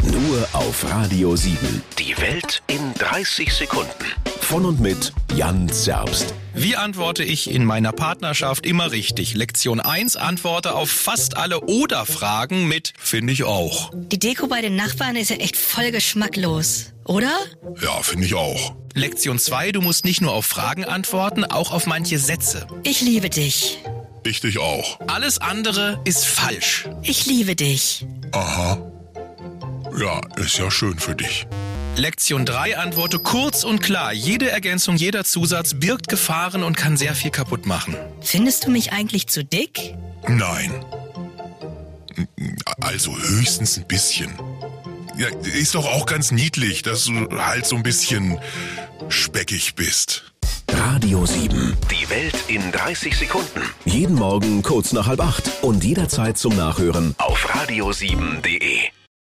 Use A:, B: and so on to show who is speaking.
A: Woche auf Radio 7.
B: Die Welt in 30 Sekunden.
A: Von und mit Jan Zerbst.
C: Wie antworte ich in meiner Partnerschaft immer richtig? Lektion 1 antworte auf fast alle Oder-Fragen mit finde ich auch.
D: Die Deko bei den Nachbarn ist ja echt voll geschmacklos, oder?
E: Ja, finde ich auch.
C: Lektion 2, du musst nicht nur auf Fragen antworten, auch auf manche Sätze.
D: Ich liebe dich.
E: Ich dich auch.
C: Alles andere ist falsch.
D: Ich liebe dich.
E: Aha. Ja, ist ja schön für dich.
C: Lektion 3, antworte kurz und klar. Jede Ergänzung, jeder Zusatz birgt Gefahren und kann sehr viel kaputt machen.
D: Findest du mich eigentlich zu dick?
E: Nein. Also höchstens ein bisschen. Ja, ist doch auch ganz niedlich, dass du halt so ein bisschen speckig bist.
A: Radio 7.
B: Die Welt in 30 Sekunden.
A: Jeden Morgen kurz nach halb acht und jederzeit zum Nachhören
B: Auf radio7.de.